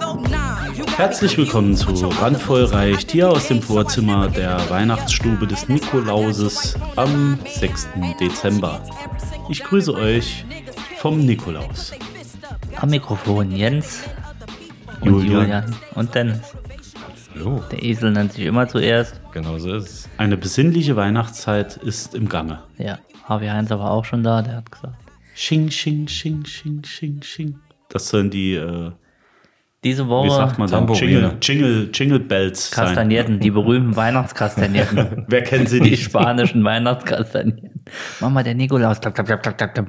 though? Nah, you got me Herzlich willkommen zu confused with your Randvoll other moves. Reicht, hier aus dem Vorzimmer der Weihnachtsstube des Nikolauses am 6. Dezember. Ich grüße euch vom Nikolaus. Am Mikrofon Jens und Julian. Julian, und Dennis. Hallo, Der Esel nennt sich immer zuerst. Oh, genau so ist es. Eine besinnliche Weihnachtszeit ist im Gange. Ja, Harvey Heinz war auch schon da, der hat gesagt. Sching, sching, sching, sching, sching, sching. Das sollen die, äh, Diese wie sagt Woche man, da? Tambourine. Jingle, Jingle, Jingle Bells sein. Kastagnetten, die berühmten Weihnachtskastagnetten. Wer kennt sie die nicht? spanischen Weihnachtskastagnetten. Mama, der Nikolaus. Tap, tap, tap, tap, tap, tap.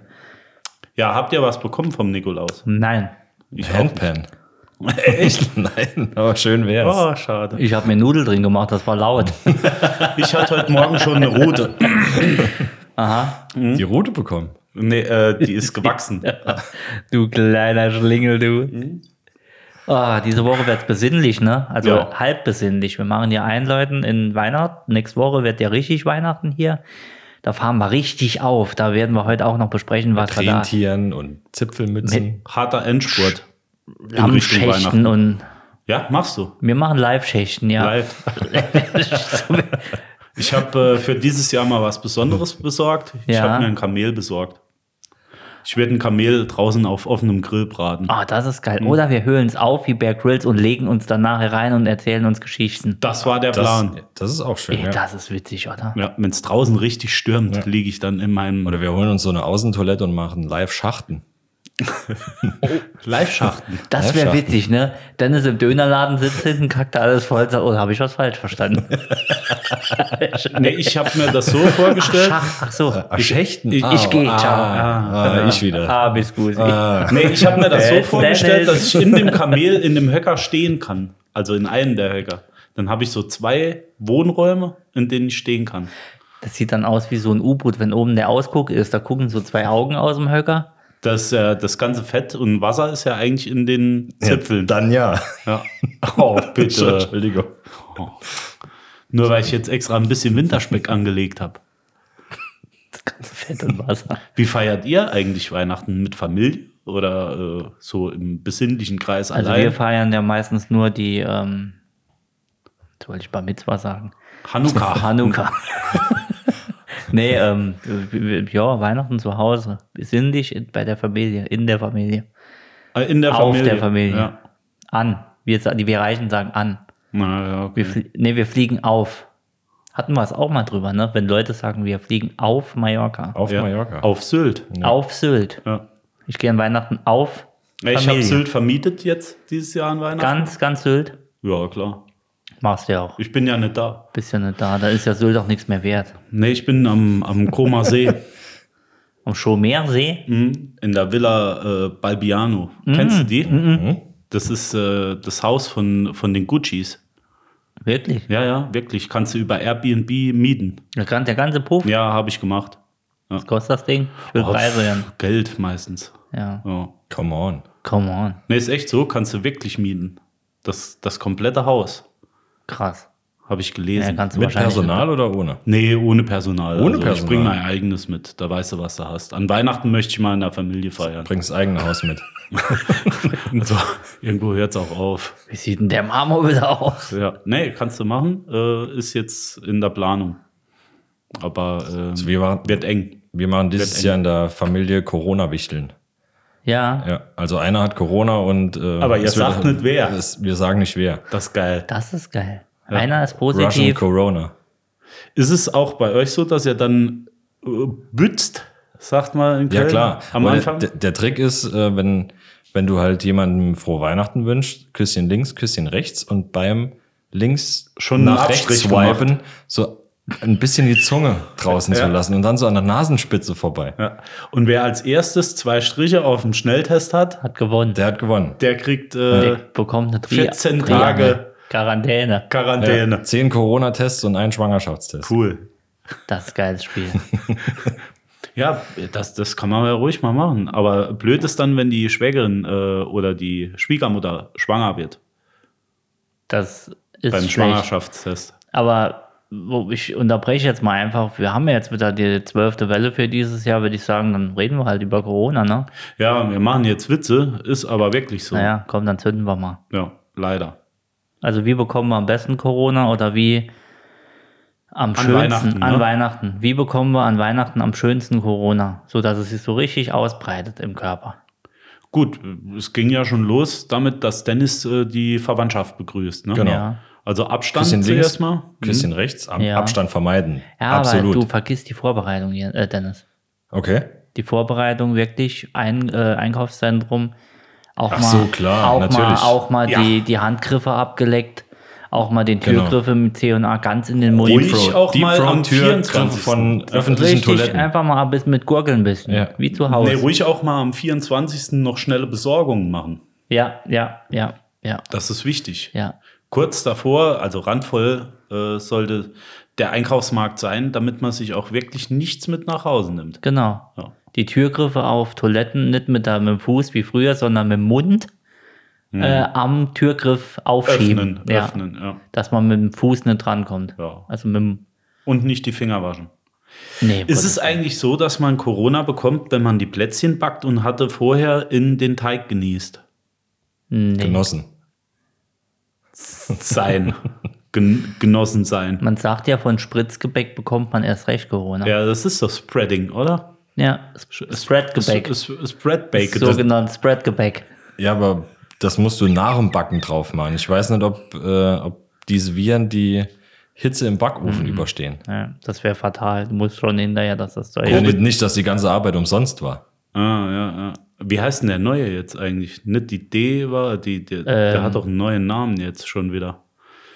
Ja, habt ihr was bekommen vom Nikolaus? Nein, Ich auch. Handpan. Echt? Nein, aber schön wär's. Oh, schade. ich habe mir Nudel drin gemacht, das war laut. Ich hatte heute Morgen schon eine Rute. Die Route bekommen. Nee, äh, die ist gewachsen. Du kleiner Schlingel, du. Hm? Ah, diese Woche wird's besinnlich, ne? Also Ja. halb besinnlich. Wir machen ja einläuten in Weihnachten. Nächste Woche wird ja richtig Weihnachten hier. Da fahren wir richtig auf. Da werden wir heute auch noch besprechen, was wir da Rentieren und Zipfelmützen. Harter Endspurt. In am Richtung Schächten Weihnachten. und Ja, machst du. wir machen Live-Schächten, ja. Live. Ich habe äh, für dieses Jahr mal was Besonderes besorgt. Ich Ja. habe mir ein Kamel besorgt. Ich werde ein Kamel draußen auf offenem Grill braten. Ah, das ist Hm. geil. Oder wir höhlen es auf wie Bear Grylls und legen uns danach herein und erzählen uns Geschichten. Das war der Das, Plan. das ist auch schön, Ey, ja. Das ist witzig, oder? Ja, wenn es draußen richtig stürmt, liege ich dann in meinem Oder wir holen uns so eine Außentoilette und machen Live-Schachten. Oh, Live-Schachten. Das wäre Live-Schachten. witzig, ne? Dennis im Dönerladen sitzt hinten, kackt da alles voll, sagt, oh, habe ich was falsch verstanden. nee, ich habe mir das so vorgestellt. Schach, ach so. Ah, Schächten? ich- Ah, ich geh, ah, ciao. Ah, ich wieder. Ah, bis gut. Nee, ich habe mir das so Dennis. vorgestellt, dass ich in dem Kamel, in dem Höcker stehen kann. Also in einem der Höcker. Dann habe ich so zwei Wohnräume, in denen ich stehen kann. Das sieht dann aus wie so ein U-Boot, wenn oben der Ausguck ist. Da gucken so zwei Augen aus dem Höcker. Das, äh, das ganze Fett und Wasser ist ja eigentlich in den Zipfeln. Dann ja. Ja. Oh, bitte. Entschuldigung. Nur weil ich jetzt extra ein bisschen Winterspeck angelegt habe. Das ganze Fett und Wasser. Wie feiert ihr eigentlich Weihnachten? Mit Familie oder äh, so im besinnlichen Kreis Also allein? wir feiern ja meistens nur die, ähm, jetzt wollte ich Bar Mitzwa sagen. Hanukkah. Hanukkah. nee, ähm, ja, Weihnachten zu Hause. Besinnlich bei der Familie, in der Familie. Äh, In der Auf Familie. der Familie. Ja. An. Wir, sa- die wir Reichen sagen an. Na, ja, okay. Wir flie- nee, wir fliegen auf. Hatten wir es auch mal drüber, ne? Wenn Leute sagen, wir fliegen auf Mallorca. Auf ja. Mallorca. Auf Sylt. Auf Sylt. Ja. Ich gehe an Weihnachten auf. Ich habe Familie. Sylt vermietet jetzt dieses Jahr an Weihnachten. Ganz, ganz Sylt. Ja, klar. Machst du ja auch. Ich bin ja nicht da. Bist ja nicht da. Da ist ja Sylt auch nichts mehr wert. Nee, ich bin am, am Koma See Am Schomersee. Mhm. in der Villa äh, Balbiano. Kennst du die? Das ist äh, das Haus von, von den Guccis. Wirklich. Ja, ja, wirklich. Kannst du über Airbnb mieten. Der ganze, der ganze Puff. Ja, habe ich gemacht. Was kostet das Ding? Ich will Oh, Preise hören. pff, Geld meistens. Ja. Ja. Come on. Come on. Nee, ist echt so, kannst du wirklich mieten. Das, das komplette Haus, Krass. habe ich Ja, gelesen. kannst du Mit wahrscheinlich. Personal oder ohne? Nee, ohne Personal. Also, Ohne Ich Personal. bring mein eigenes mit. Da weißt du, was du hast. An Weihnachten möchte ich mal in der Familie feiern. Bringst das eigene Haus mit. Also, irgendwo hört es auch auf. Wie sieht denn der Marmor wieder aus? Ja. Nee, kannst du machen. Äh, ist jetzt in der Planung. Aber ähm, Also wir, waren, wird eng. wir machen dieses Jahr in der Familie Corona-Wichteln. Ja. Ja, also einer hat Corona und. Äh, Aber ihr es wird- sagt nicht wer. Es, wir sagen nicht wer. Das ist geil. Das ist geil. Einer ist Russian positiv. Corona. Ist es auch bei euch so, dass ihr dann äh, bützt, sagt man in Köln? Ja, klar. Am Aber Anfang? Der, der Trick ist, äh, wenn, wenn du halt jemandem frohe Weihnachten wünschst, Küsschen links, Küsschen rechts und beim links Schon einen nach Abstrich rechts swipen, so ein bisschen die Zunge draußen Ja. zu lassen und dann so an der Nasenspitze vorbei. ja. Und wer als erstes zwei Striche auf dem Schnelltest hat, Hat gewonnen. Der hat gewonnen. der kriegt Der äh, bekommt eine Tri 14 Triangel. Tage. Quarantäne. Quarantäne. Zehn Corona-Tests und einen Schwangerschaftstest. Cool. Das ist ein geiles Spiel. Ja, das, das kann man ja ruhig mal machen. Aber blöd ist dann, wenn die Schwägerin äh, oder die Schwiegermutter schwanger wird Das ist beim schlecht. Schwangerschaftstest. Aber wo- ich unterbreche jetzt mal einfach. Wir haben ja jetzt wieder die zwölfte Welle für dieses Jahr, würde ich sagen. Dann reden wir halt über Corona, ne? Ja, wir machen jetzt Witze, ist aber wirklich so. Naja, komm, dann zünden wir mal. Ja, leider. Also wie bekommen wir am besten Corona oder wie am schönsten Weihnachten, an ne? Weihnachten? Wie bekommen wir an Weihnachten am schönsten Corona, so dass es sich so richtig ausbreitet im Körper? Gut, es ging ja schon los damit, dass Dennis äh, die Verwandtschaft begrüßt. Ne? Genau. Ja. Also Abstand Küsschen links, zuerst mal. Mhm. Hm. Küsschen rechts, am Ja. Abstand vermeiden. Ja, Absolut. aber du vergisst die Vorbereitung hier, äh, Dennis. okay. Die Vorbereitung wirklich ein äh, Einkaufszentrum auch Ach mal so, klar, auch mal natürlich. auch mal Ja. die, die Handgriffe abgeleckt, auch mal den Genau. Türgriffe mit C&A ganz in den Mund. Ruhig auch mal am Türgriffe 24. von öffentlichen Richtig, Äh, Toiletten. einfach mal ein bisschen mit Gurgeln ein bisschen, Ja. wie zu Hause. Nee, ruhig auch mal am 24. noch schnelle Besorgungen machen. Ja, ja, ja, ja, Das ist wichtig. ja. Kurz davor, also randvoll, äh, sollte der Einkaufsmarkt sein, damit man sich auch wirklich nichts mit nach Hause nimmt. Genau. Ja. Die Türgriffe auf Toiletten nicht mit, der, mit dem Fuß wie früher, sondern mit dem Mund äh, am Türgriff aufschieben. Öffnen, ja. öffnen, ja. Dass man mit dem Fuß nicht drankommt. Ja. Also mit dem. Und nicht die Finger waschen. Nee, Ist es eigentlich so, dass man Corona bekommt, wenn man die Plätzchen backt und hatte vorher in den Teig genießt? nee. Genossen. Sein. Gen genossen sein. Man sagt ja, von Spritzgebäck bekommt man erst recht Corona. Ja, das ist doch Spreading, oder? ja Sp- Spreadgebäck. S- S- Spreadbake. das- Sogenannt Spreadgebäck. Ja, aber das musst du nach dem Backen drauf machen. Ich weiß nicht, ob, äh, ob diese Viren die Hitze im Backofen überstehen. Ja, das wäre fatal. Du musst schon hinterher, dass das Zeug. Ja, nicht, nicht, dass die ganze Arbeit umsonst war. Ah, ja, ja. Wie heißt denn der neue jetzt eigentlich? Nicht die D war, die, die, der hat doch einen neuen Namen jetzt schon wieder.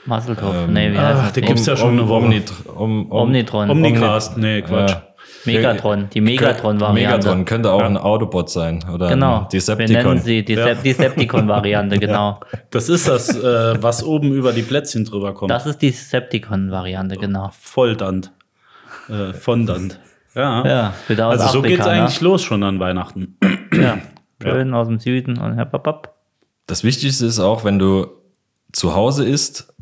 Masseltopf. ähm, nee, wie heißt ach, das? der Ding? gibt's Um- ja schon eine Woche. Omnit- Om- Om- Omnitron. Omnicast, nee, Quatsch. Ja. Megatron. Die Megatron-Variante. Megatron könnte auch ein Autobot sein oder Genau. Wir ein nennen Decepticon. sie die Ja. Decepticon-Variante, genau. Das ist das, äh, was oben über die Plätzchen drüber kommt. Das ist die Decepticon-Variante, genau. Volldant. Äh, Fondant. Ja. Ja, für da aus also so Afrika, geht's ne? eigentlich los schon an Weihnachten. Ja. Schön aus dem Süden und hab, hab, hab. Das Wichtigste ist auch, wenn du zu Hause isst,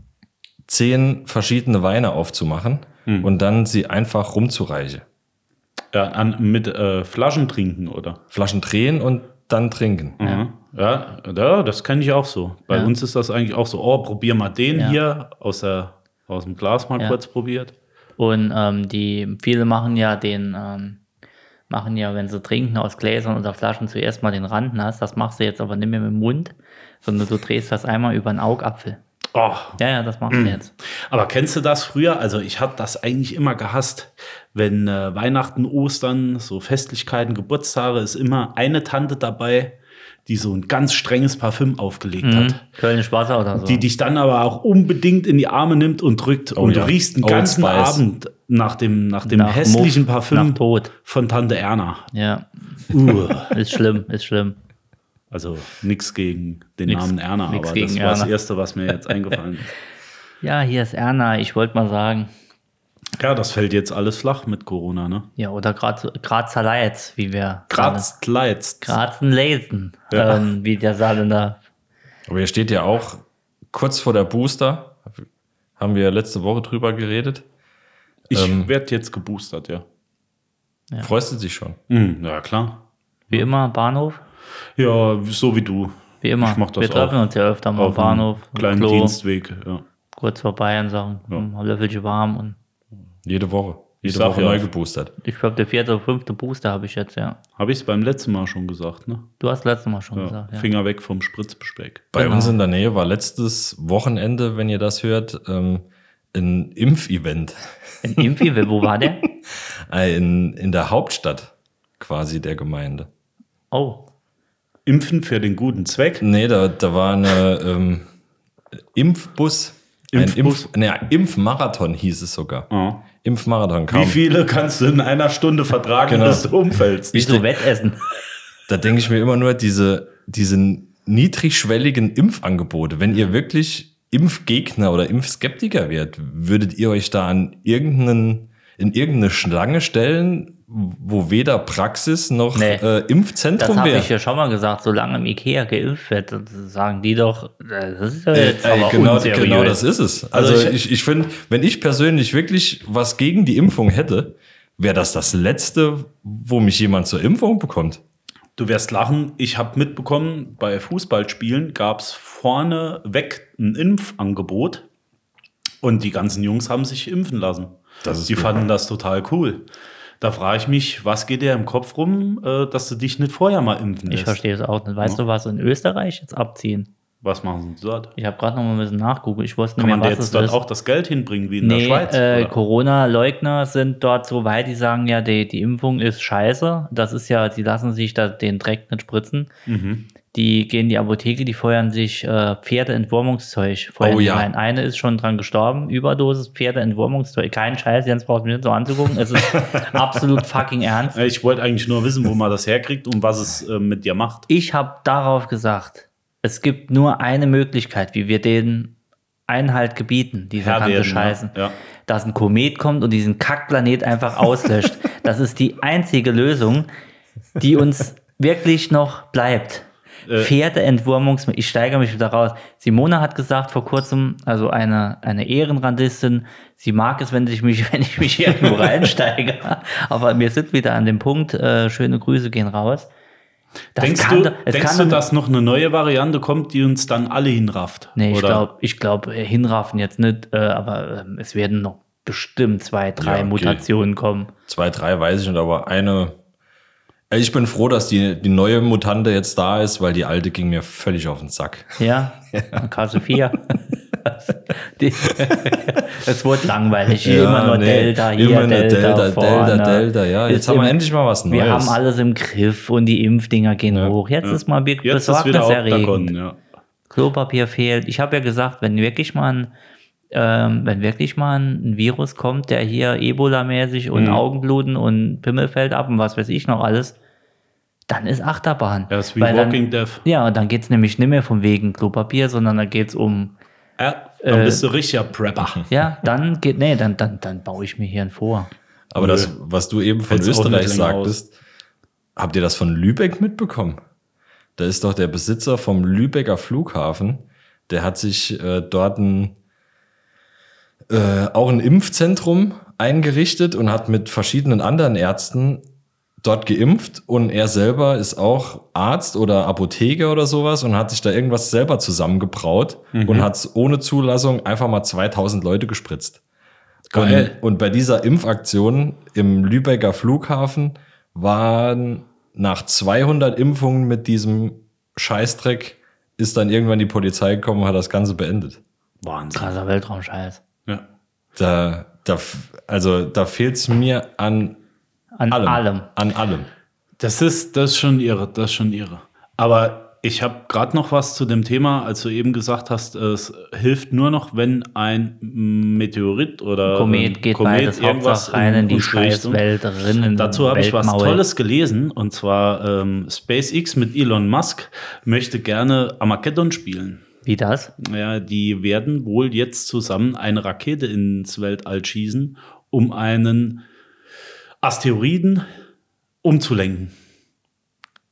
zehn verschiedene Weine aufzumachen und dann sie einfach rumzureichen. Ja, an, mit äh, Flaschen trinken, oder? Flaschen drehen und dann trinken. Mhm. Ja, ja, das kenne ich auch so. Bei Ja. uns ist das eigentlich auch so. Oh, probier mal den Ja. hier aus, der, aus dem Glas mal Ja. kurz probiert. Und ähm, die, viele machen ja den, ähm, machen ja, wenn sie trinken aus Gläsern oder Flaschen zuerst mal den Rand nass. Das machst du jetzt aber nicht mehr mit dem Mund, sondern du drehst das einmal über einen Augapfel. Oh, Ja, ja, das machst du jetzt. Aber kennst du das früher? Also ich habe das eigentlich immer gehasst, wenn äh, Weihnachten, Ostern, so Festlichkeiten, Geburtstage ist immer eine Tante dabei, die so ein ganz strenges Parfüm aufgelegt Mhm. hat, Kölnisch Wasser oder so. Mhm. die dich dann aber auch unbedingt in die Arme nimmt und drückt Oh und ja. du riechst den Old ganzen Spice. Abend nach dem nach dem Nach hässlichen Muff, Parfüm nach Tod. von Tante Erna. ja, Uh, ist schlimm, ist schlimm. also nichts gegen den Nix- Namen Erna, nix aber das gegen war das Erna. erste, was mir jetzt eingefallen ist. Ja, hier ist Erna, ich wollte mal sagen. Ja, das fällt jetzt alles flach mit Corona, ne? Ja, oder Graz, Grazer Leitz, wie wir. Graz, Leitz. Grazen Lesen, ähm, wie der Saarländer. Aber hier steht ja auch kurz vor der Booster, haben wir letzte Woche drüber geredet. Ich Ähm. werde jetzt geboostert, ja. Freust du dich schon? Hm. Mhm, ja, klar. Wie immer, Bahnhof. Ja, so wie du. Wie immer. Ich mach das Wir treffen auch. uns ja öfter mal am Auf dem Bahnhof, im Kleinen Klo, Dienstweg, ja. kurz vorbei und sagen, hm, ein Löffelchen warm. Und Jede Woche. Ich Jede sag Woche ja. neu geboostert. ich glaube, der vierte oder fünfte Booster habe ich jetzt, ja. Habe ich es beim letzten Mal schon gesagt, ne? Du hast letztes Mal schon Ja. gesagt, ja. Finger weg vom Spritzbespeck. Bei Genau. uns in der Nähe war letztes Wochenende, wenn ihr das hört, ähm, ein Impfevent In Impfi, wo war der? Äh, in, in der Hauptstadt quasi der Gemeinde. Oh, Impfen für den guten Zweck. Nee, da, da war eine ähm, Impfbus. Impfbus? Ein Impf, nee, Impfmarathon hieß es sogar. Ja. Impfmarathon kam. Wie viele kannst du in einer Stunde vertragen, Genau. dass du umfällst? wie so Wettessen. Da denke ich mir immer nur diese, diese niedrigschwelligen Impfangebote. Wenn ihr wirklich Impfgegner oder Impfskeptiker wärt, würdet ihr euch da an irgendeinen in irgendeine Schlange stellen, wo weder Praxis noch Nee. äh, Das Impfzentrum habe wäre. ich äh, ja schon mal gesagt, solange im Ikea geimpft wird, dann sagen die doch, äh, das ist ja Äh, jetzt ey, aber genau, unseriös. genau das ist es. Also Also, ich- ich, ich finde, wenn ich persönlich wirklich was gegen die Impfung hätte, wäre das das Letzte, wo mich jemand zur Impfung bekommt. Du wirst lachen. Ich habe mitbekommen, bei Fußballspielen gab es vorne weg ein Impfangebot und die ganzen Jungs haben sich impfen lassen. Das ist die gut. fanden das total cool. Da frage ich mich, was geht dir im Kopf rum, äh, dass du dich nicht vorher mal impfen lässt? Ich verstehe es auch nicht. Weißt du, was in Österreich jetzt abziehen? Was machen sie dort? Ich habe gerade noch mal ein bisschen nachgucken. Ich wusste Kann nicht man mehr, dir was jetzt es dort ist. auch das Geld hinbringen wie in der Nee, Schweiz? äh, oder? Corona-Leugner sind dort so weit, die sagen ja, die, die Impfung ist scheiße. Das ist ja, die lassen sich da den Dreck nicht spritzen. Mhm. Die gehen in die Apotheke, die feuern sich äh, Pferdeentwurmungszeug feuern Oh die ja. rein. Eine ist schon dran gestorben, Überdosis, Pferdeentwurmungszeug. Kein Scheiß, Jens braucht mir nicht so anzugucken. Es ist absolut fucking ernst. Äh, ich wollte eigentlich nur wissen, wo man das herkriegt und was es äh, mit dir macht. Ich habe darauf gesagt, es gibt nur eine Möglichkeit, wie wir denen Einhalt gebieten, Herr dieser ganze werden, ne? Scheiße. ja. Ja. Dass ein Komet kommt und diesen Kackplanet einfach auslöscht. das ist die einzige Lösung, die uns wirklich noch bleibt. Äh. Pferdeentwurmungs... Ich steigere mich wieder raus. Simone hat gesagt vor kurzem, also eine, eine Ehrenrandistin, sie mag es, wenn ich mich, wenn ich mich irgendwo reinsteige. Aber wir sind wieder an dem Punkt, äh, schöne Grüße gehen raus. Das denkst kann du, doch- es denkst kann du, doch- dass noch eine neue Variante kommt, die uns dann alle hinrafft? Nee, ich Oder- glaube, ich glaub, äh, hinraffen jetzt nicht, äh, aber ähm, es werden noch bestimmt zwei, drei okay. Mutationen kommen. Zwei, drei weiß ich nicht, aber eine. Ey, Ich bin froh, dass die, die neue Mutante jetzt da ist, weil die alte ging mir völlig auf den Sack. Ja, K4. Die- es wurde langweilig. immer nur nee, Delta hier, immer nur Delta, Delta, vorne. Delta, Delta. Ja, jetzt Ist haben wir im- endlich mal was Neues. Wir haben alles im Griff und die Impfdinger gehen hoch. Jetzt ist mal wirklich Jetzt ist wieder besorgniserregend. Octagon, ja. Klopapier fehlt. Ich habe ja gesagt, wenn wirklich mal ein, ähm, wenn wirklich mal ein Virus kommt, der hier Ebola-mäßig und Mhm. Augenbluten und Pimmel fällt ab und was weiß ich noch alles, dann ist Achterbahn. Ja, ist wie Weil Walking dann, Dead. Ja, und dann geht es nämlich nicht mehr von wegen Klopapier, sondern dann geht es um, Ja, dann Äh, bist du richtiger Prepper. ja, dann geht, nee, dann, dann, dann baue ich mir hier ein Vor. Aber das, was du eben von Fällt's auch Österreich nicht länger sagtest, habt ihr das von Lübeck mitbekommen? Da ist doch der Besitzer vom Lübecker Flughafen, der hat sich äh, dort ein, äh, auch ein Impfzentrum eingerichtet und hat mit verschiedenen anderen Ärzten dort geimpft und er selber ist auch Arzt oder Apotheker oder sowas und hat sich da irgendwas selber zusammengebraut Mhm. und hat es ohne Zulassung einfach mal 2000 Leute gespritzt. Geil. Und, und bei dieser Impfaktion im Lübecker Flughafen waren nach 200 Impfungen mit diesem Scheißdreck ist dann irgendwann die Polizei gekommen und hat das Ganze beendet. Wahnsinn. Krasser Weltraumscheiß. Ja. Da, da, f- also da fehlt's mir an An allem. allem. An allem. Das ist, das ist schon irre, das ist schon irre. Aber ich habe gerade noch was zu dem Thema, als du eben gesagt hast, es hilft nur noch, wenn ein Meteorit oder Komet geht beides Hauptsache rein in die scheiß Welt rinnen. Dazu habe ich was Weltmaul. Tolles gelesen und zwar ähm, SpaceX mit Elon Musk möchte gerne Armageddon spielen. Wie das? Ja, die werden wohl jetzt zusammen eine Rakete ins Weltall schießen, um einen Asteroiden umzulenken.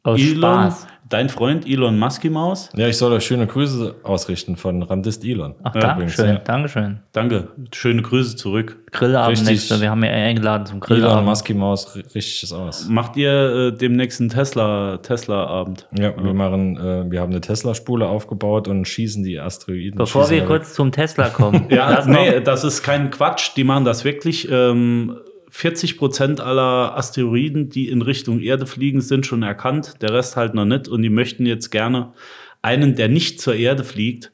Aus Elon, Spaß. dein Freund Elon Musky Maus, Ja, ich soll euch schöne Grüße ausrichten von Randist Elon. Ach, Ja, Dankeschön, ja. Dankeschön. danke, schöne Grüße zurück. Grillabend Richtig. nächste. Wir haben ja eingeladen zum Elon Grillabend. Musky Maus, ri- richtig ist aus. Macht ihr äh, demnächst einen Tesla, Tesla-Abend? Ja, Mhm. wir machen, äh, wir haben eine Tesla-Spule aufgebaut und schießen die Asteroiden. Bevor schießen wir da kurz zum Tesla kommen. Ja, lass mal- nee, das ist kein Quatsch. Die machen das wirklich. Ähm, 40 Prozent aller Asteroiden, die in Richtung Erde fliegen, sind schon erkannt. Der Rest halt noch nicht. Und die möchten jetzt gerne einen, der nicht zur Erde fliegt,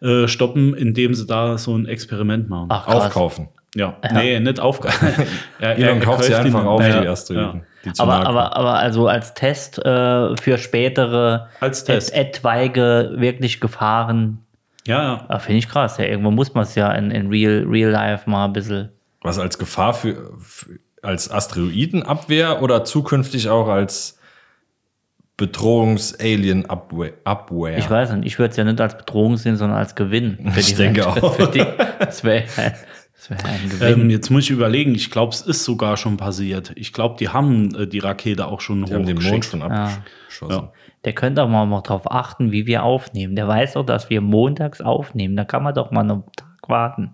äh, stoppen, indem sie da so ein Experiment machen. Ach, krass. Aufkaufen. Ja, nee, nicht aufgeben. Elon kauft sie einfach auf, die Ja. Asteroiden. Die zu Aber, nahe aber, aber also als Test äh, für spätere Als Test. et etwaige wirklich Gefahren, ja, ja. ah, finde ich krass. Ja, irgendwo muss man es ja in, in real, real Life mal ein bisschen. Was als Gefahr für, für als Asteroidenabwehr oder zukünftig auch als Bedrohungs-Alien-Abwehr? Abwehr? Ich weiß nicht, ich würde es ja nicht als Bedrohung sehen, sondern als Gewinn. Für Ich denke auch. Für die, das wäre Das wäre ein Gewinn. Ähm, jetzt muss ich überlegen, ich glaube, es ist sogar schon passiert. Ich glaube, die haben äh, die Rakete auch schon Die haben den Mond hochgeschickt. schon abgeschossen. Ja. Der könnte auch mal mal drauf achten, wie wir aufnehmen. Der weiß doch, dass wir montags aufnehmen. Da kann man doch mal einen Tag warten.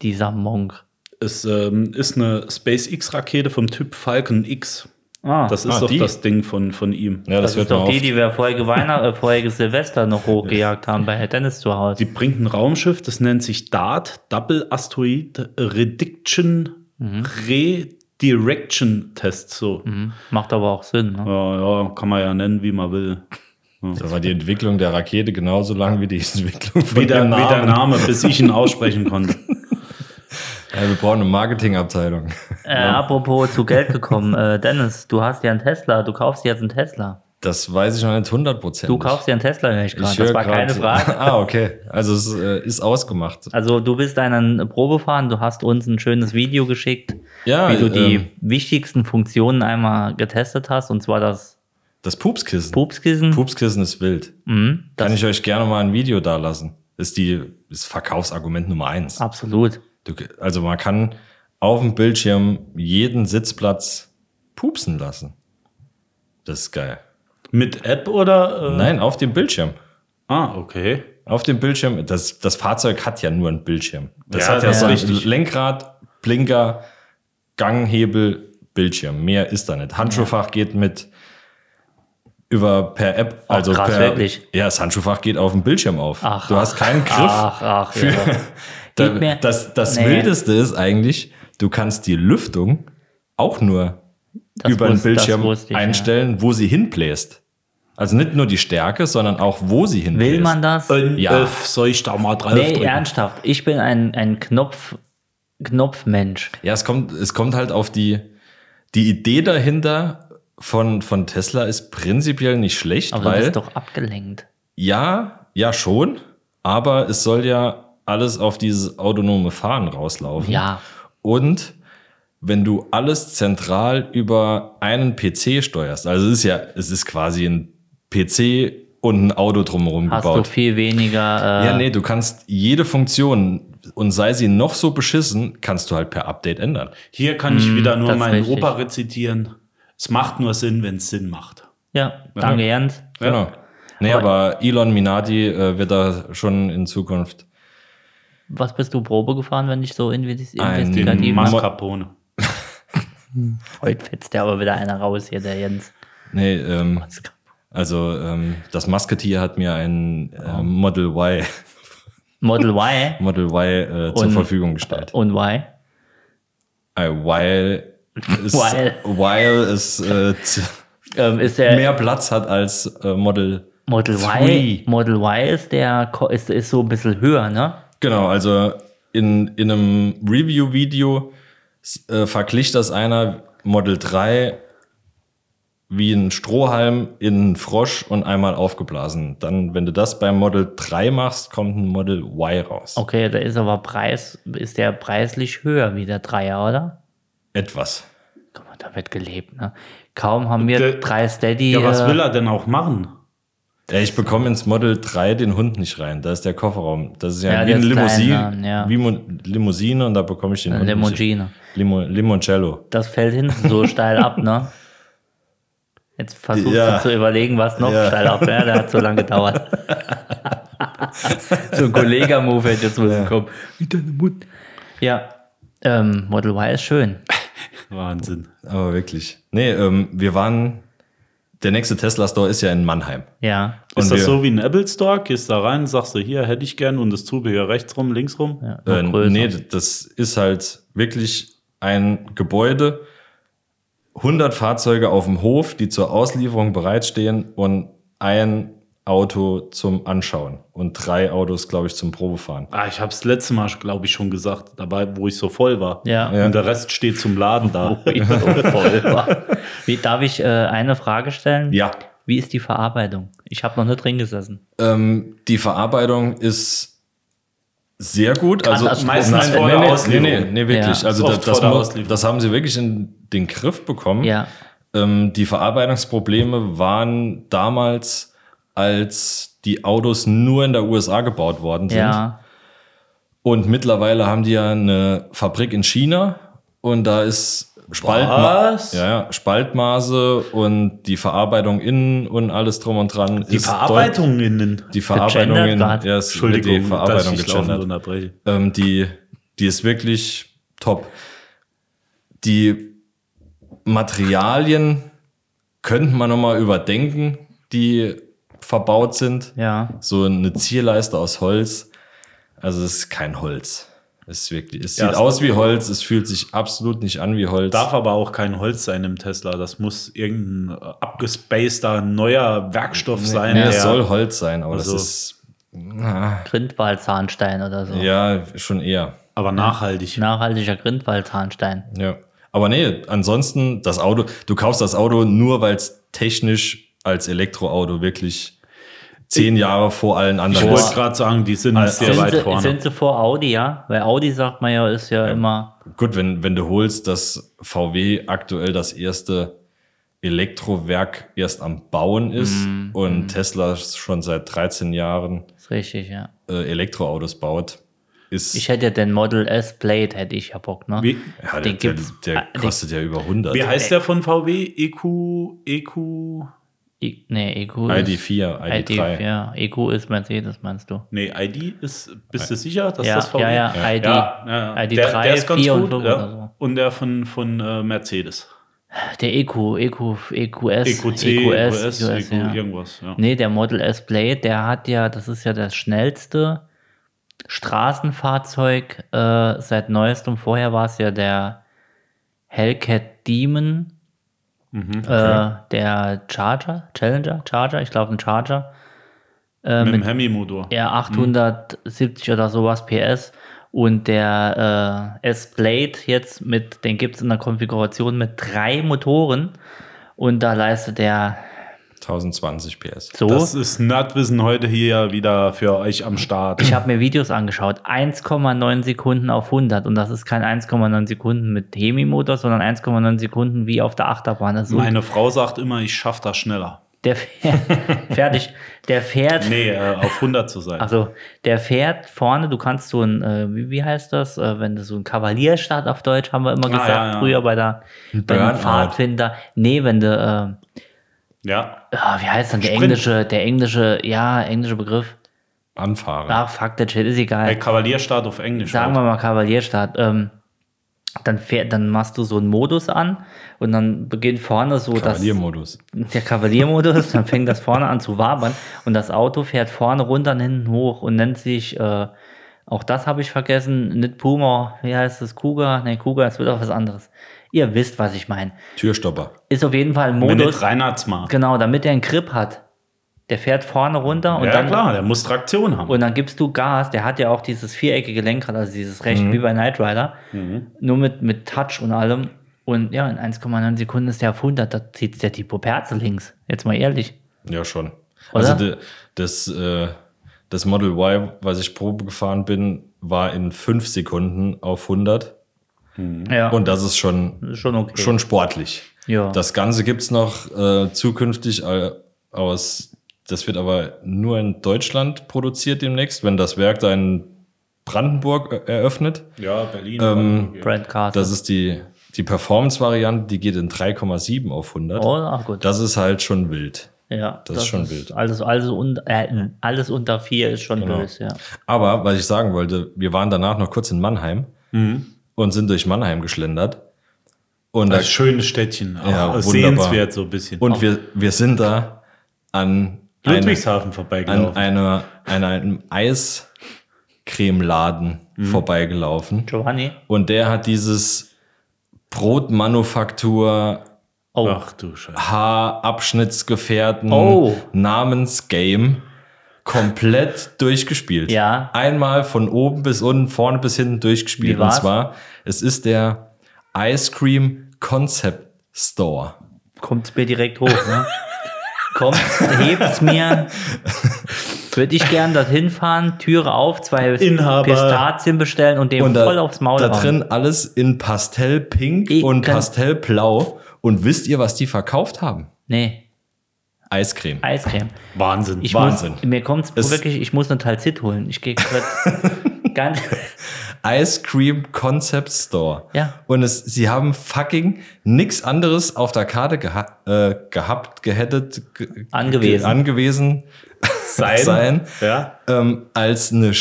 Dieser Monk. Es ähm, ist eine SpaceX-Rakete vom Typ Falcon X. Ah, Das ist Ah, doch die? das Ding von, von ihm. Ja, das, das wird ist mal doch auf. die, die wir vorige, Weihnacht äh, vorige Silvester noch hochgejagt haben bei Herr Dennis zu Hause. Die bringt ein Raumschiff, das nennt sich DART, Double Asteroid Rediction Mhm. Redirection Test. So. Mhm. Macht aber auch Sinn. Ne? Ja, ja, kann man ja nennen, wie man will. Da war die Entwicklung der Rakete genauso lang wie die Entwicklung von Wie der, dem wie Namen. der Name, bis ich ihn aussprechen konnte. Ja, wir brauchen eine Marketingabteilung. Äh, Apropos zu Geld gekommen. äh, Dennis, du hast ja einen Tesla. Du kaufst dir jetzt einen Tesla. Das weiß ich noch nicht 100 Prozent. Du kaufst dir einen Tesla, höre ich gerade. Das war keine Frage. ah, okay. Also es äh, ist ausgemacht. Also du bist einen Probefahren, du hast uns ein schönes Video geschickt, Ja, wie du die ähm, wichtigsten Funktionen einmal getestet hast, und zwar das Das Pupskissen. Pupskissen. Pupskissen ist wild. Mhm, das Kann ich euch gerne mal ein Video da lassen. Ist die ist Verkaufsargument Nummer eins. Ah. absolut. Du, also man kann auf dem Bildschirm jeden Sitzplatz pupsen lassen. Das ist geil. Mit App oder? äh, Nein, auf dem Bildschirm. Ah, okay. Auf dem Bildschirm, das, das Fahrzeug hat ja nur einen Bildschirm. Das Ja, hat das ja ist richtig. richtig. Lenkrad, Blinker, Ganghebel, Bildschirm. Mehr ist da nicht. Handschuhfach geht mit über per App, also krass, per, wirklich? Ja, das Handschuhfach geht auf dem Bildschirm auf. Ach, du hast keinen Griff. Ach, ach, für, ja. da, Geht mir- das das Nee. Wildeste ist eigentlich, du kannst die Lüftung auch nur Das über wusste- den das Bildschirm wusste ich, ja. einstellen, wo sie hinbläst. Also nicht nur die Stärke, sondern auch wo sie hinbläst. Will man das? Und Ja. äh, soll ich da mal drauf Nee, drücken? ernsthaft. Ich bin ein, ein Knopf, Knopfmensch. Ja, es kommt, es kommt halt auf die, die Idee dahinter von, von Tesla ist prinzipiell nicht schlecht, Aber du weil bist doch abgelenkt. ja, ja schon, aber es soll ja alles auf dieses autonome Fahren rauslaufen. Ja. Und wenn du alles zentral über einen PC steuerst, also es ist ja, es ist quasi ein PC und ein Auto drumherum Hast gebaut. du viel weniger. Äh, Ja, nee, du kannst jede Funktion und sei sie noch so beschissen, kannst du halt per Update ändern. Hier kann ich wieder Hm, nur das ist meinen richtig. Opa rezitieren. Es macht nur Sinn, wenn es Sinn macht. ja, danke, Jens. Genau. Nee, aber, Elon Minardi äh, wird da schon in Zukunft. Was bist du Probe gefahren, wenn ich so investi- Ein investigativ Mas Capone. Heute fetzt der aber wieder einer raus hier, der Jens. Nee, ähm, also ähm, das Musketier hat mir ein äh, Model Y, Model Y Model Y äh, zur Und- Oh. Verfügung gestellt. und Y. Äh, while ist, While. while ist äh, z- Ähm, ist der mehr Platz hat als äh, Model. Model Y? Three. Model Y ist der Ko- ist, ist so ein bisschen höher, ne? Genau, also in, in einem Review-Video s- äh, verglich das einer Model 3 wie ein Strohhalm in einen Frosch und einmal aufgeblasen. Dann, wenn du das beim Model 3 machst, kommt ein Model Y raus. Okay, da ist aber Preis, ist der preislich höher wie der Dreier, oder? Etwas. Guck mal, da wird gelebt, ne? Kaum haben wir Der- drei Steady. Ja, was äh, will er denn auch machen? Ja, ich bekomme ins Model 3 den Hund nicht rein. Da ist der Kofferraum. Das ist ja, Ja, wie der eine ist Limousine, kleiner, ja. wie Mo- Limousine und da bekomme ich den Eine Hund Limousine. Nicht. Limo, Limoncello. Das fällt hinten so steil ab, ne? Jetzt versuchst Ja. du zu überlegen, was noch Ja. steil ab. Ja, der hat so lange gedauert. so ein Kollega-Move hätte jetzt müssen kommen. Mit deinem Mund. Ja, ähm, Model Y ist schön. Wahnsinn. Aber wirklich. Nee, ähm, wir waren. Der nächste Tesla Store ist ja in Mannheim. Ja. Ist Und das wir- so wie ein Apple Store? Gehst da rein, sagst du, hier hätte ich gern und das Zubehör rechts rum, links rum? ja noch Äh, größer. nee, das ist halt wirklich ein Gebäude, 100 Fahrzeuge auf dem Hof, die zur Auslieferung bereitstehen und ein Auto zum Anschauen und drei Autos, glaube ich, zum Probefahren. Ah, ich habe es letztes Mal, glaube ich, schon gesagt, dabei, wo ich so voll war. Ja. Und der Rest steht zum Laden da. Wie, darf ich äh, eine Frage stellen? Ja, Wie ist die Verarbeitung? Ich habe noch nicht drin gesessen. ähm, die Verarbeitung ist sehr gut. Also das meistens vor der nee, Auslieferung. nee, nee, wirklich. Ja. Also Oft das, das, vor der mu- Auslieferung. das haben sie wirklich in den Griff bekommen. Ja. Ähm, die Verarbeitungsprobleme waren damals, als die Autos nur in der USA gebaut worden sind. Ja. Und mittlerweile haben die ja eine Fabrik in China und da ist Spaltma Was? ja, ja, Spaltmaße und die Verarbeitung innen und alles drum und dran. Die Verarbeitung innen. Die Verarbeitung in, Gegendert, ja, es wird die dass Verarbeitung ich laufend gegendert. unterbreche. Ähm, die, die ist wirklich top. Die Materialien könnte man nochmal überdenken, die verbaut sind. Ja. So eine Zierleiste aus Holz. Also es ist kein Holz. Es, ist wirklich, es Ja, sieht es- aus wie Holz, es fühlt sich absolut nicht an wie Holz. Darf aber auch kein Holz sein im Tesla. Das muss irgendein äh, abgespaceder neuer Werkstoff sein. nee, der- es soll Holz sein, aber Also- das ist Grindwaldzahnstein oder so. ja schon eher. aber nachhaltig. Nachhaltiger Grindwaldzahnstein. Ja. Aber nee, ansonsten, das Auto, du kaufst das Auto nur, weil es technisch als Elektroauto wirklich zehn Jahre vor allen ich anderen wollte ist. gerade sagen, die sind Also sehr sind, weit sie, vorne. sind sie vor Audi, ja? Weil Audi sagt man ja, ist ja, immer. Gut, wenn, wenn du holst, dass VW aktuell das erste Elektrowerk erst am Bauen ist Mhm. und Tesla schon seit 13 Jahren Ist richtig, ja. äh, Elektroautos baut, ist Ich hätte ja den Model S Blade, hätte ich ja Bock, ne? Wie- ja, der, den der, gibt's- der äh, den- kostet ja über 100. Wie äh, heißt der von E VW? EQ, EQ. I, nee, EQ ist. ID4, ID3. ID, ja. EQ ist Mercedes, meinst du? Nee, ID ist, bist du sicher, dass ja, das VW ja, ja, Ja, ID. ja, ja. ID der, 3, der ist ganz 4 gut. und 5 ja. oder so. Und der von, von äh, Mercedes. E Der EQ, EQ, EQS, EQC, EQS, EQ, E ja. E irgendwas. Ja. Nee, der Model S Blade, der hat ja, das ist ja das schnellste Straßenfahrzeug äh, seit neuestem. Vorher war es ja der Hellcat Demon, äh, der Charger, Challenger, Charger, ich glaube ein Charger. mit, dem Hemi-Motor. Ähm, Ja, 870 oder sowas PS. Und der äh, S-Blade jetzt mit, den gibt es in der Konfiguration mit drei Motoren. Und da leistet der 1020 PS. so. Das ist Nerdwissen heute hier wieder für euch am Start. ich habe mir Videos angeschaut. 1,9 Sekunden auf 100. Und das ist kein 1,9 Sekunden mit Hemi-Motor, sondern 1,9 Sekunden wie auf der Achterbahn. Das ist so- Meine Frau sagt immer, ich schaffe das schneller. der fährt, fertig. Der fährt. Nee, äh, auf 100 zu sein. Also der fährt vorne, du kannst so ein, äh, wie, wie heißt das, äh, wenn du so ein Kavalierstart auf Deutsch, haben wir immer gesagt, Ah, ja, ja. früher bei der bei Burnout. dem Pfadfinder. Nee, wenn du, äh, ja, ah, wie heißt denn der Sprint. englische, der englische, ja, englische Begriff. Anfahren. Ach, fuck, der Shit ist egal. bei Kavalierstart auf Englisch. äh, Sagen wir halt. mal Kavalierstart. Ähm, dann, fährt, dann machst du so einen Modus an und dann beginnt vorne so das, Kavaliermodus. der Kavaliermodus, dann fängt das vorne an zu wabern und das Auto fährt vorne runter und hinten hoch und nennt sich, äh, auch das habe ich vergessen, nicht Puma, wie heißt das, Kuga? Ne, Kuga, es wird auch was anderes. Ihr wisst, was ich meine. Türstopper. Ist auf jeden Fall ein Wenn Modus, nicht Reinhardt's mal. genau, damit er einen Grip hat. Der fährt vorne runter und ja, dann klar, der muss Traktion haben. und dann gibst du Gas, der hat ja auch dieses viereckige Lenkrad, also dieses Recht, Mhm. wie bei Knight Rider, nur mit, mit Touch und allem. Und ja, in 1,9 Sekunden ist der auf 100, da zieht der Tipo Perze links. Jetzt mal ehrlich. Ja, schon. Oder? Also de, das, äh, das Model Y, was ich Probe gefahren bin, war in fünf Sekunden auf 100. Ja. Mhm. Und das ist schon, Schon okay. schon sportlich. Ja. Das Ganze gibt's noch äh, zukünftig äh, aus, das wird aber nur in Deutschland produziert demnächst, wenn das Werk da in Brandenburg äh, eröffnet. ja, Berlin. Brandcast. Das ist die, die Performance-Variante, die geht in 3,7 auf 100. Oh, ach gut. Das ist halt schon wild. ja, das ist schon wild. Genau. Alles, alles, un, äh, alles unter 4 ist schon böse, ja. Aber was ich sagen wollte, wir waren danach noch kurz in Mannheim und sind durch Mannheim geschlendert. Und, da, das schöne Städtchen. Auch äh, Ja, wunderbar. sehenswert so ein bisschen. und wir, wir sind da an, eine, Ludwigshafen an, vorbeigelaufen. einer, an einem Eiscremeladen vorbeigelaufen. Giovanni? Und der hat dieses Brotmanufaktur Oh, Ach du Scheiße. Haarabschnittsgefährten Oh. Namensgame komplett durchgespielt. Ja. Einmal von oben bis unten, vorne bis hinten durchgespielt. Wie Und war's? zwar, es ist der Ice Cream Concept Store. kommt's mir direkt hoch, ne? Kommt, hebt's mir. Würde ich gern dorthin fahren, Türe auf, zwei Inhaber. Pistazien bestellen und dem Und da, voll aufs Maul da hauen. drin alles in Pastellpink Ich und kann- Pastellblau. Und wisst ihr, was die verkauft haben? Nee, Eiscreme. Eiscreme. Wahnsinn. Ich Wahnsinn. Wahnsinn. Muss, mir kommt's Es- wirklich, ich muss eine Talzit holen. Ich gehe kurz. Ganz, Ice Cream Concept Store. Ja. Und es, sie haben fucking nix anderes auf der Karte geha äh, gehabt, gehättet, ge Angewiesen. ge- angewesen Sein. sein Ja. ähm, als eine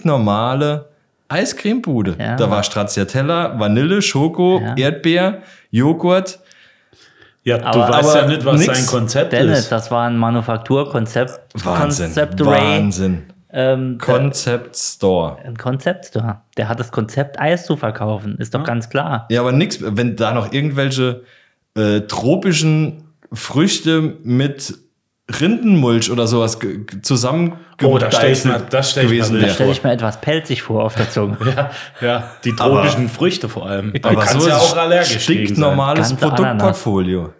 stinknormale Eiscremebude. Ja. Da war Stracciatella, Vanille, Schoko, Ja. Erdbeer, Joghurt. Ja, du Aber- weißt ja aber nicht, was nix. sein Konzept Dennis, ist. das war ein Manufakturkonzept. Wahnsinn. Concept Ray. Wahnsinn. Ähm, da- Concept Store. ein Konzept, ja. Der hat das Konzept, Eis zu verkaufen. Ist doch ganz klar. Ja, aber nix, wenn da noch irgendwelche äh, tropischen Früchte mit Rindenmulch oder sowas ge- ge- zusammen Oh, da stell ich mir- das stell ich mir gewesen wild Da wäre. stelle ich mir etwas pelzig vor auf der Zunge. Ja, die tropischen Früchte vor allem. Da Aber kannst so ja ist auch allergisch gegen sein. stinknormales Ganze Produktportfolio.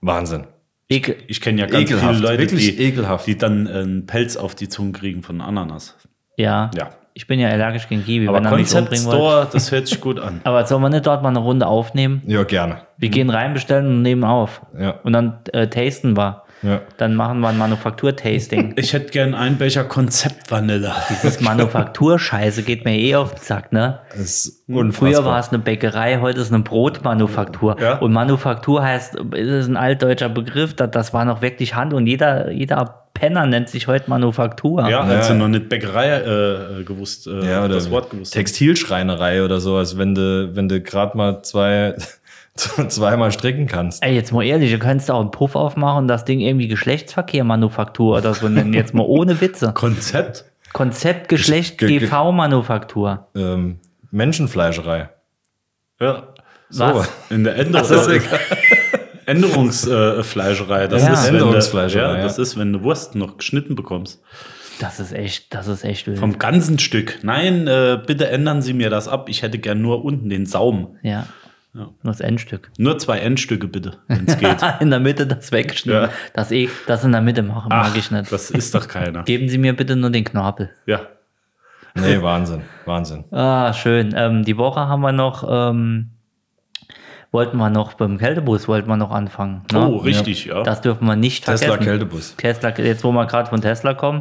Wahnsinn. Ekel. Ich kenne ja ganz Ekelhaft, viele Leute, wirklich die, ekelhaft. die dann äh, einen Pelz auf die Zunge kriegen von Ananas. Ja. Ja. Ich bin ja allergisch gegen Kiwi, Aber wenn er mich Concept umbringen wollte. Store, das hört sich gut an. Aber sollen wir nicht dort mal eine Runde aufnehmen? Ja, gerne. Wir Mhm. gehen rein, bestellen und nehmen auf. Ja. Und dann äh, tasten wir. Ja. Dann machen wir ein Manufaktur-Tasting. Ich hätte gern einen Becher Konzept Vanille. Dieses Manufakturscheiße geht mir eh auf den Sack, ne? Das ist Früher unfassbar. war es eine Bäckerei, heute ist eine Brotmanufaktur. Ja. Und Manufaktur heißt, es ist ein altdeutscher Begriff, das, das war noch wirklich Hand und jeder, jeder Penner nennt sich heute Manufaktur. Ja, als Ja. du noch nicht Bäckerei äh, äh, gewusst, äh, ja, oder das Wort gewusst hast. Textilschreinerei oder so, als wenn du, wenn du gerade mal zwei, zweimal stricken kannst. Ey, jetzt mal ehrlich, du könntest auch einen Puff aufmachen und das Ding irgendwie Geschlechtsverkehr Manufaktur oder so nennen. Jetzt mal ohne Witze. Konzept? Konzept Geschlecht Ge- ge- GV Manufaktur. Ähm, Menschenfleischerei. Ja. Was? In der Änderung. Änderungsfleischerei. Das, Ja. ist, wenn du- Änderungsfleischerei, ja, ja. das ist, wenn du Wurst noch geschnitten bekommst. Mhm. Das ist echt, das ist echt wild. Vom ganzen Stück. Nein, äh, bitte ändern Sie mir das ab. Ich hätte gern nur unten den Saum. ja. Nur Das Endstück. Nur zwei Endstücke bitte, wenn es geht. In der Mitte das wegschneiden. Ja. Das, eh, das in der Mitte machen, mag ich nicht. das ist doch keiner. Geben Sie mir bitte nur den Knorpel. Ja. Oh, Nee, Wahnsinn, Wahnsinn. Ah, schön. Ähm, die Woche haben wir noch, ähm, wollten wir noch beim Kältebus, wollten wir noch anfangen. Ne? Oh, richtig, ja. Das dürfen wir nicht Tesla vergessen. Kältebus. Tesla, jetzt wo wir gerade von Tesla kommen.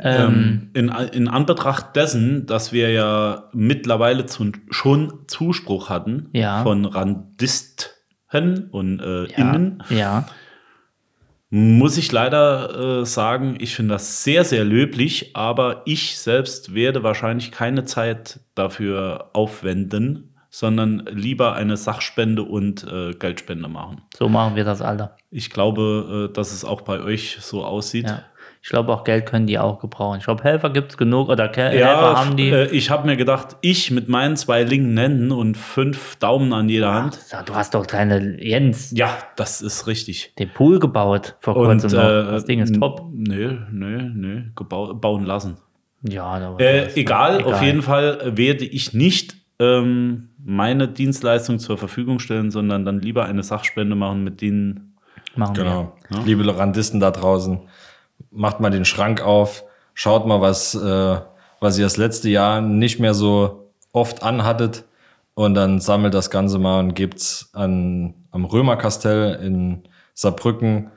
Ähm, in, in Anbetracht dessen, dass wir ja mittlerweile zu, schon Zuspruch hatten Ja. von Randisten und äh, Ja, Innen, Ja. muss ich leider äh, sagen, ich finde das sehr, sehr löblich, aber ich selbst werde wahrscheinlich keine Zeit dafür aufwenden, sondern lieber eine Sachspende und äh, Geldspende machen. So machen wir das alle. Ich glaube, äh, dass es auch bei euch so aussieht. Ja. Ich glaube, auch Geld können die auch gebrauchen. Ich glaube, Helfer gibt es genug oder Ke Ja, Helfer haben die. äh, ich habe mir gedacht, ich mit meinen zwei linken Händen und fünf Daumen an jeder Hand. Sag, du hast doch deine Jens Ja, das ist richtig. den Pool gebaut vor Und, äh, kurzem. noch. Das Ding ist n- top. Nee, nee, nee, gebau- bauen lassen. Ja, aber das Äh, ist egal, doch auf jeden Fall werde ich nicht ähm, meine Dienstleistung zur Verfügung stellen, sondern dann lieber eine Sachspende machen mit denen. Machen Ne? Genau. Liebe Lorandisten da draußen, macht mal den Schrank auf, schaut mal, was, äh, was ihr das letzte Jahr nicht mehr so oft anhattet und dann sammelt das Ganze mal und gebt's an, am Römerkastell in Saarbrücken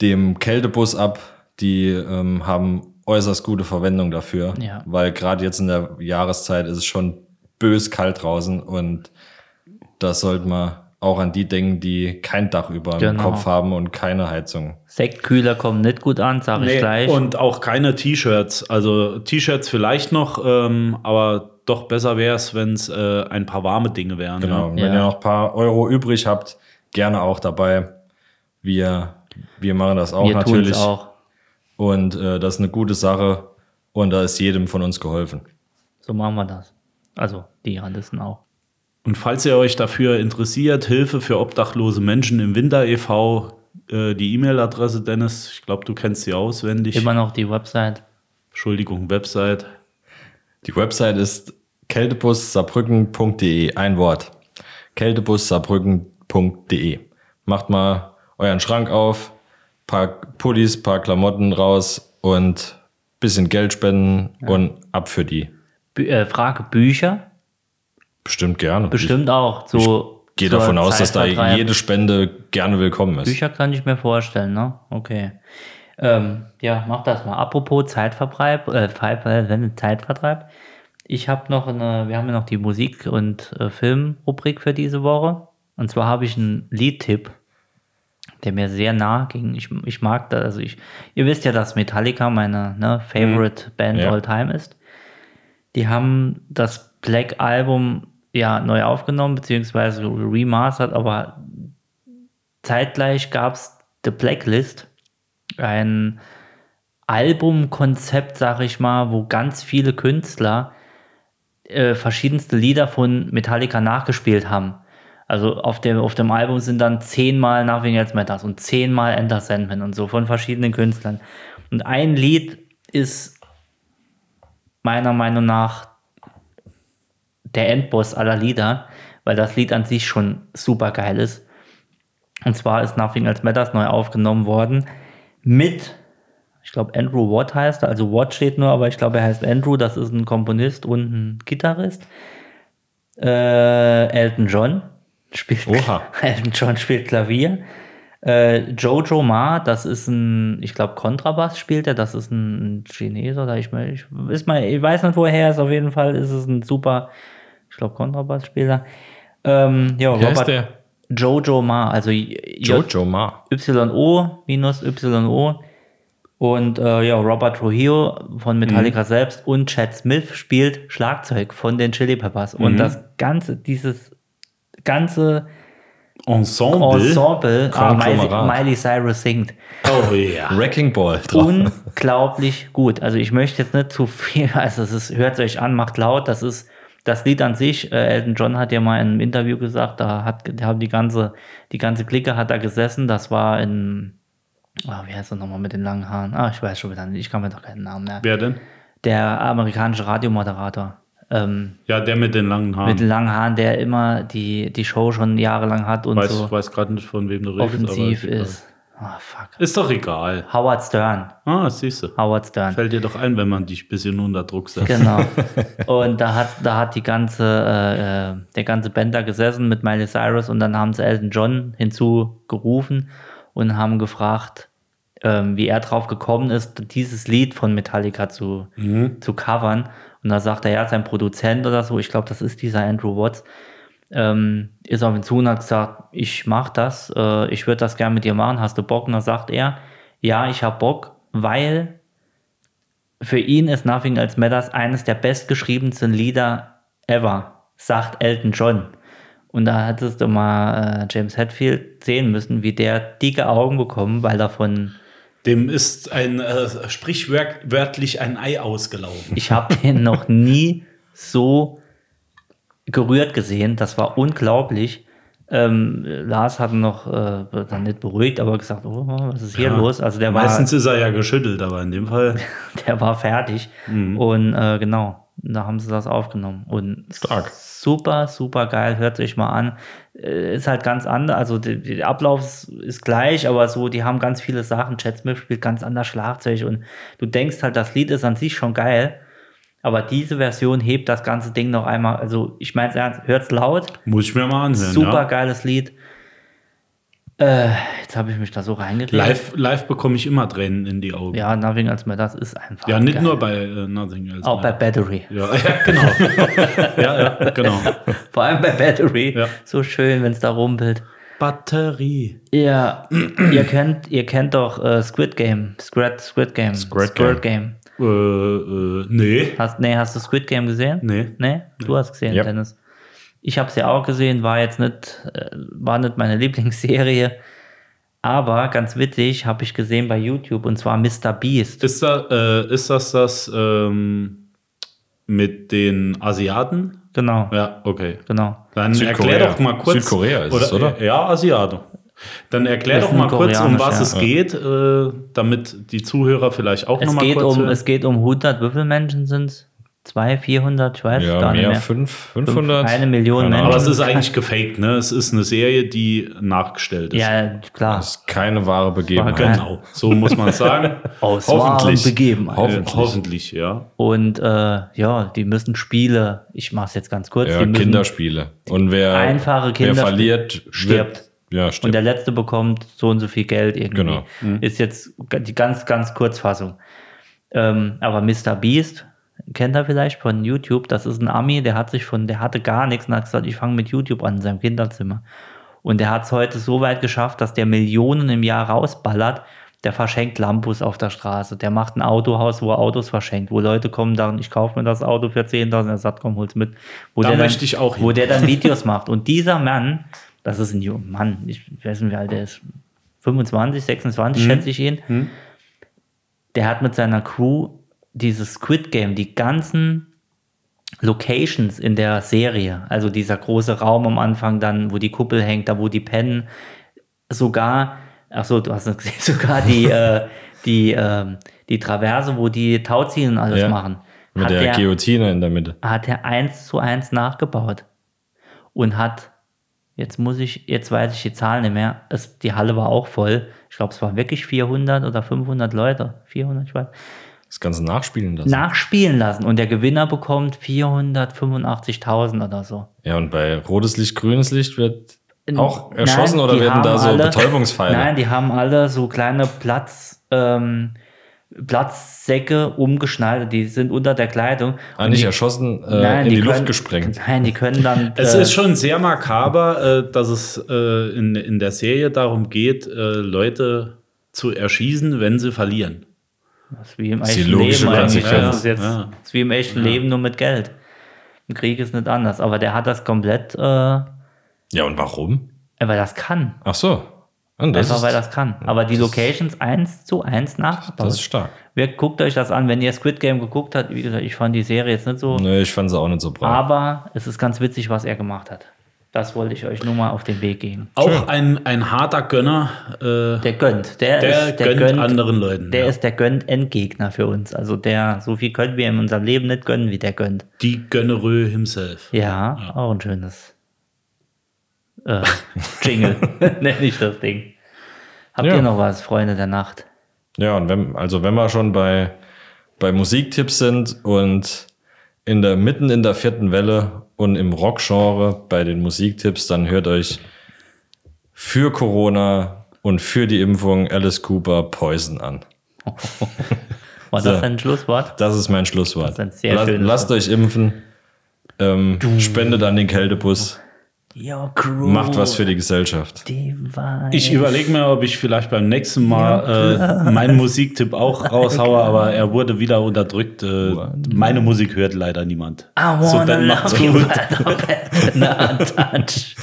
dem Kältebus ab. Die ähm, haben äußerst gute Verwendung dafür, Ja. weil gerade jetzt in der Jahreszeit ist es schon bös kalt draußen und das sollte man auch an die denken, die kein Dach über dem Genau. Kopf haben und keine Heizung. wir. Sektkühler kommen nicht gut an, sage ich gleich. und auch keine T-Shirts. Also T-Shirts vielleicht noch, ähm, aber doch besser wäre es, wenn es äh, ein paar warme Dinge wären. Genau. Ja. Und wenn Mhm. Ja. ihr noch ein paar Euro übrig habt, gerne auch dabei. Wir, wir machen das auch wir tun natürlich. es auch. Und äh, das ist eine gute Sache. Und da ist jedem von uns geholfen. So machen wir das. Also, die Randisten auch. Und falls ihr euch dafür interessiert, Hilfe für obdachlose Menschen im Winter e.V., äh, die E-Mail-Adresse, Dennis, ich glaube, du kennst sie auswendig. Immer noch die Website. Entschuldigung, Website. Die Website ist kältebussaarbrücken.de. Ein Wort. kältebussaarbrücken.de. Macht mal euren Schrank auf, paar Pullis, paar Klamotten raus und bisschen Geld spenden und ab für die. Bü äh, Frage Bücher. Bestimmt gerne. Bestimmt auch. Zu, Ich gehe zur davon aus, dass da Zeitvertreib. jede Spende gerne willkommen ist. Bücher kann ich mir vorstellen, ne? Okay. Ähm, ja, mach das mal. Apropos Zeitvertreib, äh, Ver- Ver- Ver- Zeitvertreib. Ich habe noch eine, wir haben ja noch die Musik- und äh, Filmrubrik für diese Woche. Und zwar habe ich einen Liedtipp, der mir sehr nahe ging. Ich, ich mag das, also ich, ihr wisst ja, dass Metallica meine ne, Favorite Band Ja. all time ist. Die haben das Black Album ja neu aufgenommen, beziehungsweise remastert, aber zeitgleich gab es The Blacklist, ein Albumkonzept, sag ich mal, wo ganz viele Künstler äh, verschiedenste Lieder von Metallica nachgespielt haben. Also auf dem, auf dem Album sind dann zehnmal Nothing Else Matters und zehnmal Enter Sandman und so von verschiedenen Künstlern. Und ein Lied ist meiner Meinung nach der Endboss aller Lieder, weil das Lied an sich schon super geil ist. Und zwar ist Nothing Else Matters neu aufgenommen worden mit, ich glaube, Andrew Watt heißt er. Also Watt steht nur, aber ich glaube, er heißt Andrew. Das ist ein Komponist und ein Gitarrist. Äh, Elton John spielt, Oha. Elton John spielt Klavier. Äh, Jojo Ma, das ist ein, ich glaube, Kontrabass spielt er. Das ist ein Chineser. Oder ich, mein, ich, ist mal, ich weiß nicht, woher er ist. Auf jeden Fall ist es ein super, ich glaube, Kontrabassspieler. Ähm, ja, Wer ist Robert- der? Jojo Ma, also J- Jojo Ma. Y-O minus Y-O. Und äh, ja, Robert Trujillo von Metallica Mhm. selbst und Chad Smith spielt Schlagzeug von den Chili Peppers. Mhm. Und das ganze, dieses ganze Ensemble. Ensemble, ah, Miley, Konglomerat. Miley Cyrus singt. Oh ja. Wrecking Ball drauf. Unglaublich gut. Also ich möchte jetzt nicht zu viel, also es ist, hört euch an, macht laut, das ist das Lied an sich, äh, Elton John hat ja mal in einem Interview gesagt, da hat da haben die ganze, die ganze Clique hat da gesessen, das war in, ah, wie heißt er nochmal mit den langen Haaren? Ah, ich weiß schon wieder nicht, ich kann mir doch keinen Namen merken. Wer denn? Der amerikanische Radiomoderator. Ähm, Ja, der mit den langen Haaren. mit den langen Haaren, der immer die, die Show schon jahrelang hat und weiß so weiß gerade nicht, von wem du redest. offensiv aber egal. ist. Ah, fuck. Ist doch egal. Howard Stern. Ah, siehst du. Howard Stern. Fällt dir doch ein, wenn man dich ein bisschen unter Druck setzt. Genau. Und da hat, da hat die ganze, äh, äh, der ganze Band da gesessen mit Miley Cyrus und dann haben sie Elton John hinzugerufen und haben gefragt, ähm, wie er drauf gekommen ist, dieses Lied von Metallica zu, zu covern. Und da sagt er, ja, sein Produzent oder so, ich glaube, das ist dieser Andrew Watts, ähm, ist auf ihn zu und hat gesagt, ich mach das, äh, ich würde das gerne mit dir machen, hast du Bock? Und dann sagt er, ja, ich habe Bock, weil für ihn ist Nothing Else Matters eines der bestgeschriebensten Lieder ever, sagt Elton John. Und da hattest du mal äh, James Hetfield sehen müssen, wie der dicke Augen bekommen, weil davon, Dem ist ein äh, sprichwörtlich ein Ei ausgelaufen. ich habe den noch nie so gerührt gesehen. Das war unglaublich. Ähm, Lars hat ihn noch äh, dann nicht beruhigt, aber gesagt, oh, was ist hier los? Also der war Meistens ist er ja geschüttelt, aber in dem Fall. der war fertig. Mhm. Und äh, genau, da haben sie das aufgenommen. Und Stark. super, super geil, hört sich mal an. Äh, Ist halt ganz anders, also die- die- der Ablauf ist- ist gleich, aber so, die haben ganz viele Sachen. Chad Smith spielt ganz anders Schlagzeug und du denkst halt, das Lied ist an sich schon geil. Aber diese Version hebt das ganze Ding noch einmal. Also, ich meine es ernst, hört's laut, Muss ich mir mal anhören. super ja. ne? geiles Lied. Äh, jetzt habe ich mich da so reingedreht. Live, live bekomme ich immer Tränen in die Augen. Ja, Ja, Nothing als mehr, das ist einfach. nicht geil. nur bei äh, Nothing Else. Auch bei Battery. ja, ja, genau. ja, ja, genau. Vor allem bei Battery. Ja. So schön, wenn es da rumpelt. Batterie. Ja, ihr kennt, ihr kennt doch äh, Squid Game. Squid, Squid Game. Squid Game. Äh, äh, nee. Hast, nee, hast du Squid Game gesehen? Nee. Nee? Du hast gesehen, Ja. Dennis. Ich habe es ja auch gesehen, war jetzt nicht, äh, war nicht meine Lieblingsserie. Aber ganz witzig, habe ich gesehen bei YouTube und zwar Mr. Beast. Ist, da, äh, ist das das ähm, mit den Asiaten? Genau, Ja, okay. genau. Dann Südkorea. erklär doch mal kurz. Südkorea ist es, oder? Ja, Asiate. Dann erklär Das doch ist mal ein kurz, um koreanisch, was ja. es geht, äh, damit die Zuhörer vielleicht auch Es nochmal geht, kurz um, hören. es geht um 100, wie viele Menschen sind es? 200, 400, ich weiß es Ja, gar nicht mehr, mehr. fünf, 500. ne? eine Million Keine Menschen. Genau, Ahnung. Aber es ist eigentlich gefaked, ne? Es ist eine Serie, die nachgestellt ist. Ja, klar. Das ist keine wahre Begebenheit. War Genau, so muss man sagen. Aus Hoffentlich. wahren Begebenheiten. Hoffentlich. Äh, Hoffentlich, ja. Und äh, ja, die müssen Spiele, ich mache es jetzt ganz kurz, Ja, die müssen Kinderspiele. Und wer, Einfache wer Kinderspiele. verliert, Stirbt. stirbt. Ja, Und der stimmt. letzte bekommt so und so viel Geld irgendwie. Genau. Ist jetzt g- die ganz, ganz Kurzfassung. Ähm, aber Mr. Beast kennt er vielleicht von YouTube. Das ist ein Ami, der hat sich von, der hatte gar nichts und hat gesagt, ich fange mit YouTube an in seinem Kinderzimmer. Und der hat es heute so weit geschafft, dass der Millionen im Jahr rausballert. Der verschenkt Lampus auf der Straße. Der macht ein Autohaus, wo er Autos verschenkt, wo Leute kommen, sagen, ich kaufe mir das Auto für 10.000, er sagt, komm, hol's mit. Wo Da der möchte ich auch hin. Wo der dann Videos macht. Und dieser Mann, das ist ein junger Mann, ich weiß nicht, wie alt der ist, 25, 26 Mhm. schätze ich ihn, der hat mit seiner Crew dieses Squid Game, die ganzen Locations in der Serie, also dieser große Raum am Anfang dann, wo die Kuppel hängt, da wo die pennen, sogar, ach so, du hast nicht gesehen, sogar die, äh, die, ähm, die Traverse, wo die Tauziehen alles Ja. machen, Mit hat der er, Guillotine in der Mitte. hat er eins zu eins nachgebaut und hat, jetzt muss ich, jetzt weiß ich die Zahlen nicht mehr, es, die Halle war auch voll, ich glaube, es waren wirklich 400 oder 500 Leute, 400, ich weiß, Das Ganze nachspielen lassen. nachspielen lassen und der Gewinner bekommt 485.000 oder so. Ja, und bei rotes Licht, grünes Licht wird auch Nein, erschossen oder die werden da haben so alle- Betäubungspfeile? Nein, die haben alle so kleine Platz, ähm, Platzsäcke umgeschnallt, die sind unter der Kleidung. ah, Und nicht die- erschossen, äh, in die, Luft können- gesprengt. Nein, die können dann. Es äh, ist schon sehr makaber, äh, dass es äh, in, in der Serie darum geht, äh, Leute zu erschießen, wenn sie verlieren. das ist wie im ist die echten logische Leben eigentlich. Konsequenz. Das ist jetzt Ja. das ist wie im echten Leben, nur mit Geld. Im Krieg ist nicht anders. Aber der hat das komplett, äh, weil Ja, und warum? das kann. Ach so. Und das, Einfach ist, weil das kann. Aber die Locations eins zu eins nachgebaut. das ist stark. Wir, guckt euch das an, wenn ihr Squid Game geguckt habt. Wie gesagt, ich fand die Serie jetzt nicht so. Nö, ich fand sie auch nicht so brav. Aber es ist ganz witzig, was er gemacht hat. Das wollte ich euch nur mal auf den Weg geben. Auch ein, ein harter Gönner, äh, Der gönnt. Der, der, ist, der gönnt, gönnt, anderen Leuten. Der ja. ist der gönnt Endgegner für uns. Also der, so viel können wir in unserem Leben nicht gönnen, wie der gönnt. Die Gönnerö himself. Ja, auch ein schönes äh, Jingle, nenne ich das Ding. Habt Ja. ihr noch was, Freunde der Nacht? Ja, und wenn, also wenn wir schon bei, bei Musiktipps sind und in der, mitten in der vierten Welle und im Rockgenre bei den Musiktipps, dann hört euch für Corona und für die Impfung Alice Cooper Poison an. War So. das ein Schlusswort? Das ist mein Schlusswort. Das ist ein sehr schönes lasst euch impfen, ähm, spendet an den Kältebus, Your crew macht was für die Gesellschaft. divine. Ich überlege mir, ob ich vielleicht beim nächsten Mal äh, meinen Musiktipp auch raushaue, aber er wurde wieder unterdrückt. Äh, meine Musik hört leider niemand. I wanna So, dann macht's love you gut. better than untouched.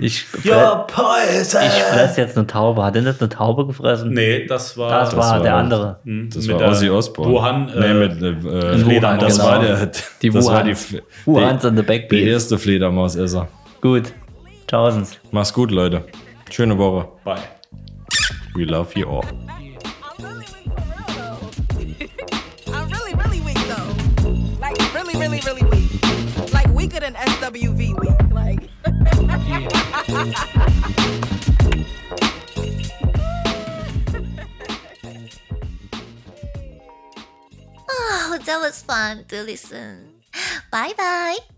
Ich, Ja, Poison! ich fress jetzt eine Taube. Hat er nicht eine Taube gefressen? Nee, das war. das, Hm. war war- der andere. Das mit war der Ozzy Osbourne. Wuhan, nee, äh, mit, äh, Wuhan, das genau. war der, Die das war die, Wuhans. Wuhans on the die, die Backbeat. erste Fledermausesser. Gut. Tausends. Mach's gut, Leute. Schöne Woche. Bye. We love you all. I'm really weak for real though. I'm really, really weak though. Like really, really, really weak. Like weaker than SWV weak. Like. Oh, that was fun to listen. Bye bye.